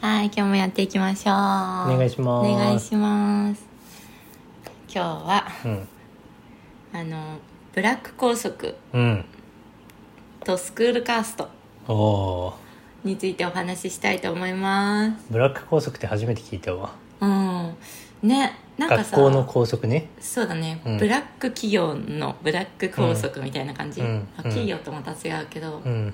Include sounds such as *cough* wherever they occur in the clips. はい、今日もやっていきましょう。おお願いします願いします。今日は、うんあの、ブラック校則うんとスクールカーストおおについてお話ししたいと思います。ーブラック校則って初めて聞いたわうん。ね、なんか学さ、校の校則ねそうだね、うんブラック企業のブラック校則みたいな感じ。うんまあうん企業とまた違うけど、うん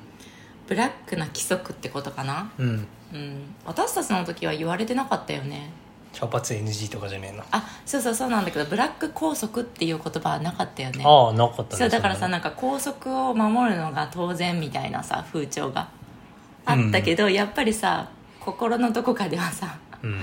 ブラックな規則ってことかな。うんうん。私たちの時は言われてなかったよね。茶髪 NG とかじゃねえのあ、そうそうそうなんだけど、ブラック校則っていう言葉はなかったよね。ああなかったねそうだからさんななんか校則を守るのが当然みたいなさ風潮があったけど、やっぱりさ心のどこかではさ *laughs* うん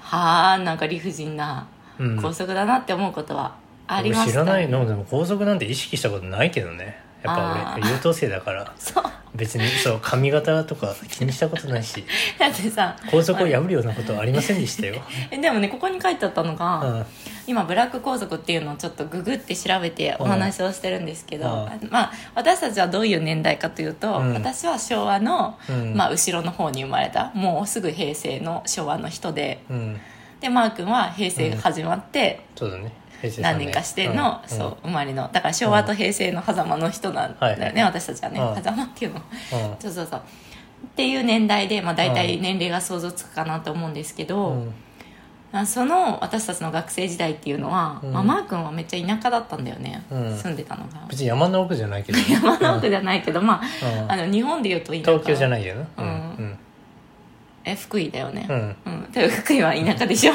はあなんか理不尽なうん校則だなって思うことはありま俺し知た、らないのでも校則なんて意識したことないけどねやっぱあ俺優等生だからそう別にそう髪型とか気にしたことな *laughs* いしだって *laughs* さ校則を破るようなことはありませんでしたよ、えでもねここに書いて *laughs* あったのが、うん、今ブラック校則っていうのをちょっとググって調べてお話をしてるんですけど、はまあ私たちはどういう年代かというと、うん私は昭和の、うんまあ、後ろの方に生まれたもうすぐ平成の昭和の人でうん、でマー君は平成が始まってそうだね平成三何年かしての、んそう生まれのだから昭和と平成の狭間の人なんだよね、はいはい私たちはね、うん狭間っていうのうんそうそうそうっていう年代で、まあ、大体年齢が想像つくかなと思うんですけど、うんまあその私たちの学生時代っていうのは、うんまあ、マー君はめっちゃ田舎だったんだよね、うん住んでたのが *laughs* 別に山の奥じゃないけど、ね、山の奥じゃないけど、まあ,、うんあの日本でいうと田舎東京じゃいないよなううんえ福井だよねうん、うんうん、多分福井は田舎でしょ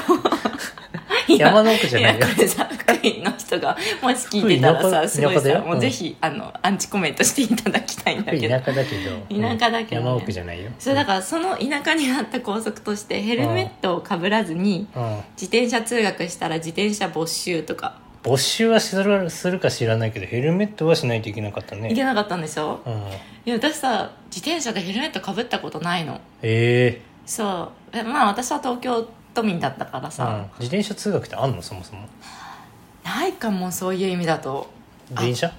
いや山の奥じゃないいよやこれさ福井の人がもし聞いてたらさ福井田舎すごい田舎ださよもうぜひあのアンチコメントしていただきたいんだ福井けど田舎だけど田舎だけどねうん山奥じゃないよそうだからその田舎にあった校則としてヘルメットをかぶらずにうん自転車通学したら自転車没収とか没収はするするか知らないけどヘルメットはしないといけなかったいけねなかったんでしょうんいや私さ自転車でヘルメットかぶったことないのえそうえまあ私は東京都民だったからえうんさ、自転車通学ってあんのそもそもないかもそういう意味だと電車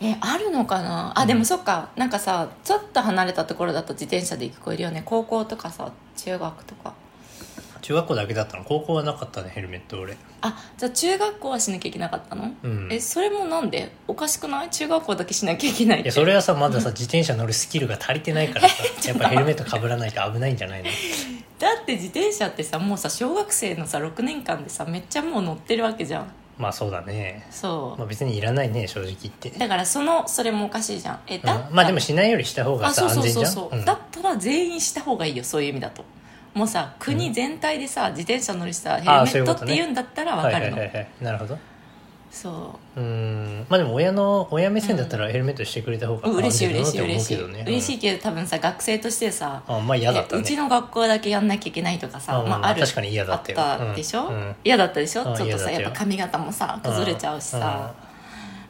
えあるのかなあ、でもそっかなんかさちょっと離れたところだと自転車で行く子いるよね高校とかさ中学とか中学校だけだったの高校はなかったねヘルメット俺あじゃあ中学校はしなきゃいけなかったの、うんえそれもなんでおかしくない中学校だけしなきゃいけないっいてやそれはさまださ自転車乗るスキルが足りてないから *laughs* さやっぱヘルメットかぶらないと危ないんじゃないのだって自転車ってさもうさ小学生のさ6年間でさめっちゃもう乗ってるわけじゃんまあそうだねそう、まあ別にいらないね正直言ってだからそのそれもおかしいじゃんえだったらうんまあでもしないよりした方があそさう安そう全そうじゃんそう、うんだったら全員した方がいいよそういう意味だともうさ国全体でさ、自転車乗りしたヘルメあそういッうトこっとてね言うんだったら分かるの、はいはいはいはい、なるほどそうーんまあでも親の親目線だったらヘルメットしてくれた方がう嬉しい安嬉しい全だな嬉ってしい、思うけどね嬉しいけど多分さ学生としてさうんあまあ嫌だったえねうちの学校だけやんなきゃいけないとかさうんまあ、ある確かに嫌だったよあったでしょ、うんうん嫌だったでしょ、うんちょっとさ嫌だったよやっぱ髪型もさ崩れちゃうしさ、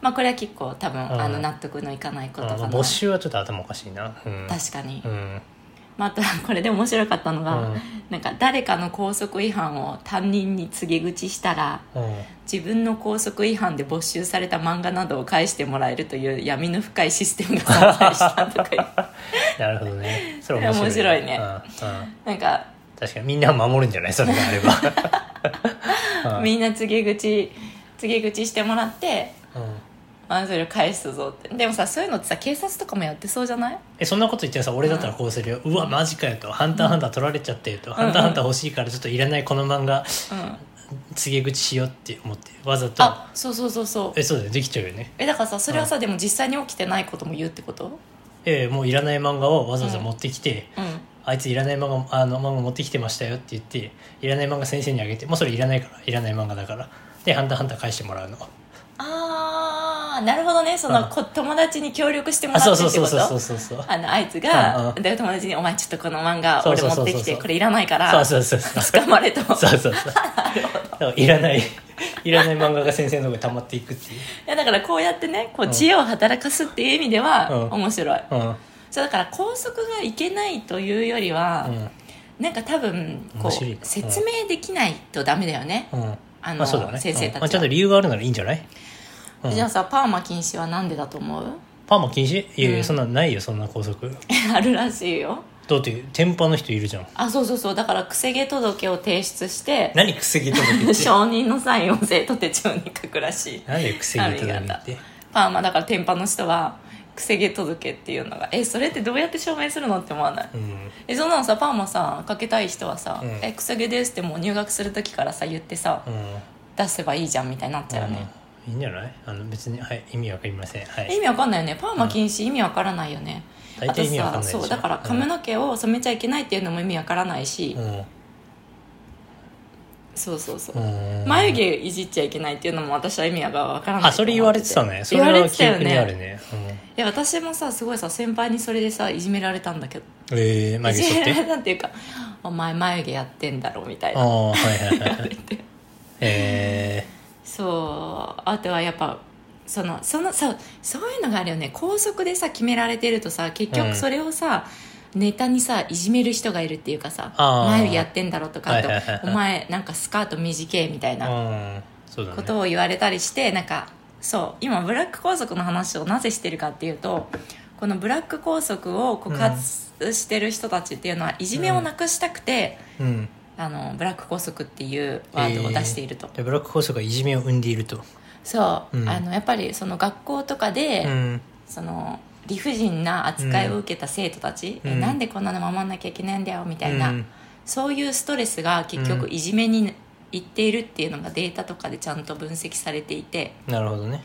まあこれは結構多分、んあの納得のいかないこうんとうんかな、まあ没収はちょっと頭おかしいな、うん、確かに、うんまあ、あとはこれで面白かったのが、うんなんか誰かの校則違反を担任に告げ口したらうん自分の校則違反で没収された漫画などを返してもらえるという闇の深いシステムが存在したとか言うなるほどねそれ面白い面白いねうんうんなんか、確かにみんなは守るんじゃないそれがあれ *laughs* ば、うんみんな告げ口告げ口してもらって、うんまあ、それを返すぞってでもさそういうのってさ警察とかもやってそうじゃないえそんなこと言ってさ俺だったらこうするよ、うわマジかよと「ハンターハンター取られちゃってよ」と「ハンターハンター欲しいからちょっといらないこの漫画うん告げ口しよう」って思ってわざとあそうそうそうそうえそうだよできちゃうよねえだからさそれはさ、でも実際に起きてないことも言うってことええもういらない漫画をわざわざ持ってきて、うんあいついらない漫画あの漫画持ってきてましたよって言っていらない漫画先生にあげてもうそれいらないからいらない漫画だからで「ハンターハンター」返してもらうのあーなるほどねその、うんこ友達に協力してもらあってそっうてそうことそうそうそうそうあのあいつが、うんうで友達に「お前ちょっとこの漫画そう俺そう持そうそうってきてこれいらないからそうそうそうそう捕まれと」そうそうそうそういらないいらない漫画が先生の方に溜まっていくっていういやだからこうやってねこう知恵を働かすっていう意味では、うん面白い、うんそうだから校則がいけないというよりは、うんなんか多分こ面う、白いうん説明できないとダメだよね、うんあのまあそうだね先生たちはうんまあ、ちょっと理由があるならいいんじゃないうんじゃあさパーマ禁止はなんでだと思う *laughs* パーマ禁止いやいうんやそんなのないよそんな校則あるらしいよだって天パの人いるじゃんあそうそうそうだからくせ毛届を提出して何くせ毛届 *laughs* けって承認のサインを生徒手帳に書くらしいなんでくせ毛届けありがっとてうパーマだから天パの人はくせ毛届っていうのがえそれってどうやって証明するのって思わない、うんえそんなのさパーマさかけたい人はさ「うんえくせ毛です」ってもう入学する時からさ言ってさ、うん出せばいいじゃんみたいになっちゃうよね、うんいいんじゃないあの別に、はい、意味わかりません、は意い、味わかんないよねパーマ禁止意味わからないよね、大あと体意味わかんさないでしょそうだから髪の毛を染めちゃいけないっていうのも意味わからないし、うんそうそうそう、うん眉毛いじっちゃいけないっていうのも私は意味がわからないあそれ言われてたねそれ言わはれてた記よ憶にあるねねいや私もさすごいさ先輩にそれでさいじめられたんだけどうん、えー、い眉毛じ剃めら *laughs* れってたっていうか「お前眉毛やってんだろ」みたいあなあはいはいはい *laughs* はい言ってえそうあとはやっぱそのそのそうそういうのがあるよね校則でさ決められてるとさ結う局んそれをさ、ネタにさいじめる人がいるっていうかさあー眉毛やってんだろとかあと、はいはいはいはいお前なんかスカート短いみたいなー、うんそうだこねとを言われたりして、なんかそう今ブラック校則の話をなぜしてるかっていうとこのブラック校則を告発してる人たちっていうのはいじめをなくしたくて、うんあのブラック校則っていうワードを出していると、でブラック法則がいじめを生んでいるとそう、うんあのやっぱりその学校とかで、うんその理不尽な扱いを受けた生徒たち、うんえなんでこんなの守んなきゃいけないんだよみたいな、うんそういうストレスが結う局んいじめにいっているっていうのがデータとかでちゃんと分析されていて、なるほどね、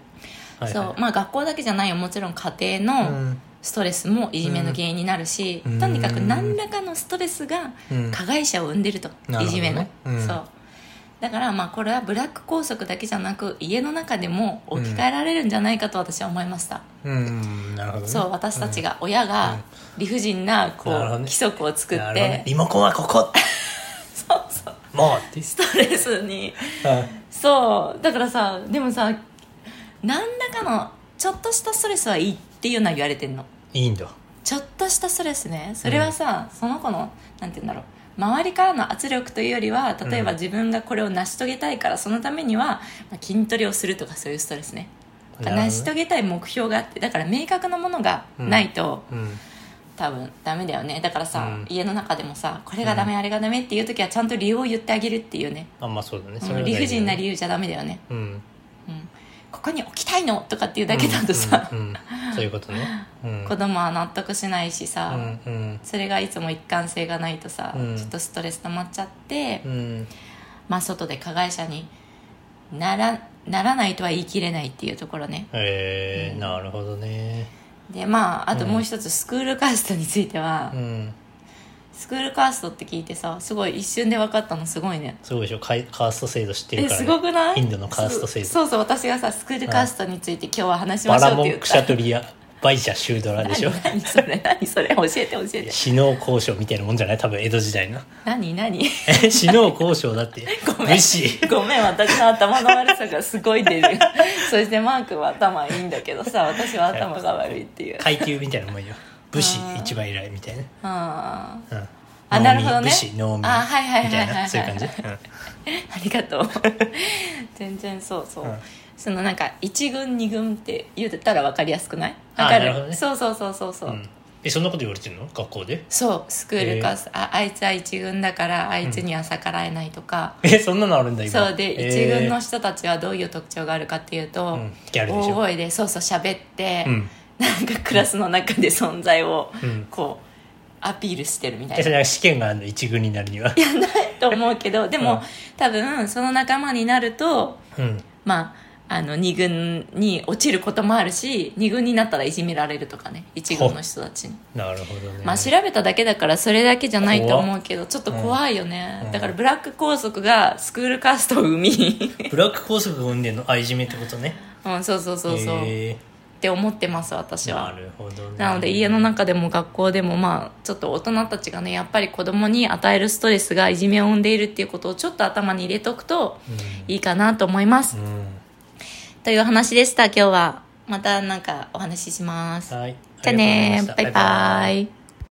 はいはい、そうまあ、学校だけじゃないよもちろん家庭のんストレスもいじめの原因になるし、うんとにかく何らかのストレスがうん加害者を生んでると、なるほどねいじめの、うんそうだからまあこれはブラック校則だけじゃなく家の中でも置き換えられるんじゃないかと私は思いました、うんなるほど、ね、そう私たちが親が理不尽なこうなるほどね規則を作うんっなて、るほどねリモコンはここ *laughs* そうそうもうってストレスにうそうだからさでもさ何らかのちょっとしたストレスはいいっていうのは言われてんのんいいんだちょっとしたストレスねそれはさ、その子のなんて言うんだろう周りからの圧力というよりは例えばうん自分がこれを成し遂げたいから、そのためには、まあ、筋トレをするとかそういうストレスねなるほどね成し遂げたい目標があってだから明確なものがないと、うん多分ダメだよねだからさ、うん家の中でもさこれがダメ、あれがダメっていう時はちゃんと理由を言ってあげるっていうね、あまあそうだねうんそれは大理事だね不尽な理由じゃダメだよね、うんうん、ここに置きたいのとかっていうだけだとさ、うんうんうんそういうことねうん子供は納得しないしさ、うんそれがいつも一貫性がないとさ、うんちょっとストレス溜まっちゃって、うんうんまあ外で加害者にならならないとは言い切れないっていうところねえー、なるほどねでまああともう一つ、スクールカーストについては、うんスクールカーストって聞いてさすごい一瞬で分かったのすごいねすごいでしょカイカースト制度知ってるえから、すね、ごくないインドのカースト制度そうそうそう私がさスクールカーストについて今日は話しバましょラうってモ言ンっクシャたトリアバイシャシュードラでしょ *laughs* 何何それ何それ教えて教えて死の交渉みたいなもんじゃない多分江戸 *laughs* 時代の何何え死の交渉だってごめん武士ごめん私の頭の悪さがすごい出 *laughs* るそしてマークは頭いいんだけどさ私は頭が悪いっていう階級みたいなもんよ武士あー一番偉いみたいなあーうんあなるほどね農民武士農民みあはいはいはいはいはたいいなそういう感じ、うんありがと *laughs* う全然そうそう、うんそのなんか一軍二軍って言ったら分かりやすくないあ分かるなるほどねそうそうそうそうそう、うんえそんなこと言われてるの学校で *laughs* そうスクールカース、ああいつは一軍だからあいつには逆らえないとか、えそんなのあるんだ今そうで、一軍のえ人たちはどういう特徴があるかっていうと、うんギャルでし大ょ声でそうそう喋って、ーうんなんかクラスの中で存在をうんこうアピールしてるみたいえなそ。れは試験があるの一軍になるにはと思うけどでも、うん多分その仲間になるとうんまああの2軍に落ちることもあるし2軍になったらいじめられるとかね1軍の人たちに。なるほどねまあ調べただけだからそれだけじゃないと思うけどちょっと怖いよね、うんだからブラック校則がスクールカーストを生み *laughs* ブラック拘束が生んでんのあいじめってことねうんそうそうそうそう、えって思ってます私ー、なはるほどねなので家の中でも学校でもまあちょっと大人たちがねやっぱり子供に与えるストレスがいじめを生んでいるっていうことをちょっと頭に入れとくといいかなと思います、うん、うんというお話でした今日はまたなんかお話しします、はいじゃあねバイバイ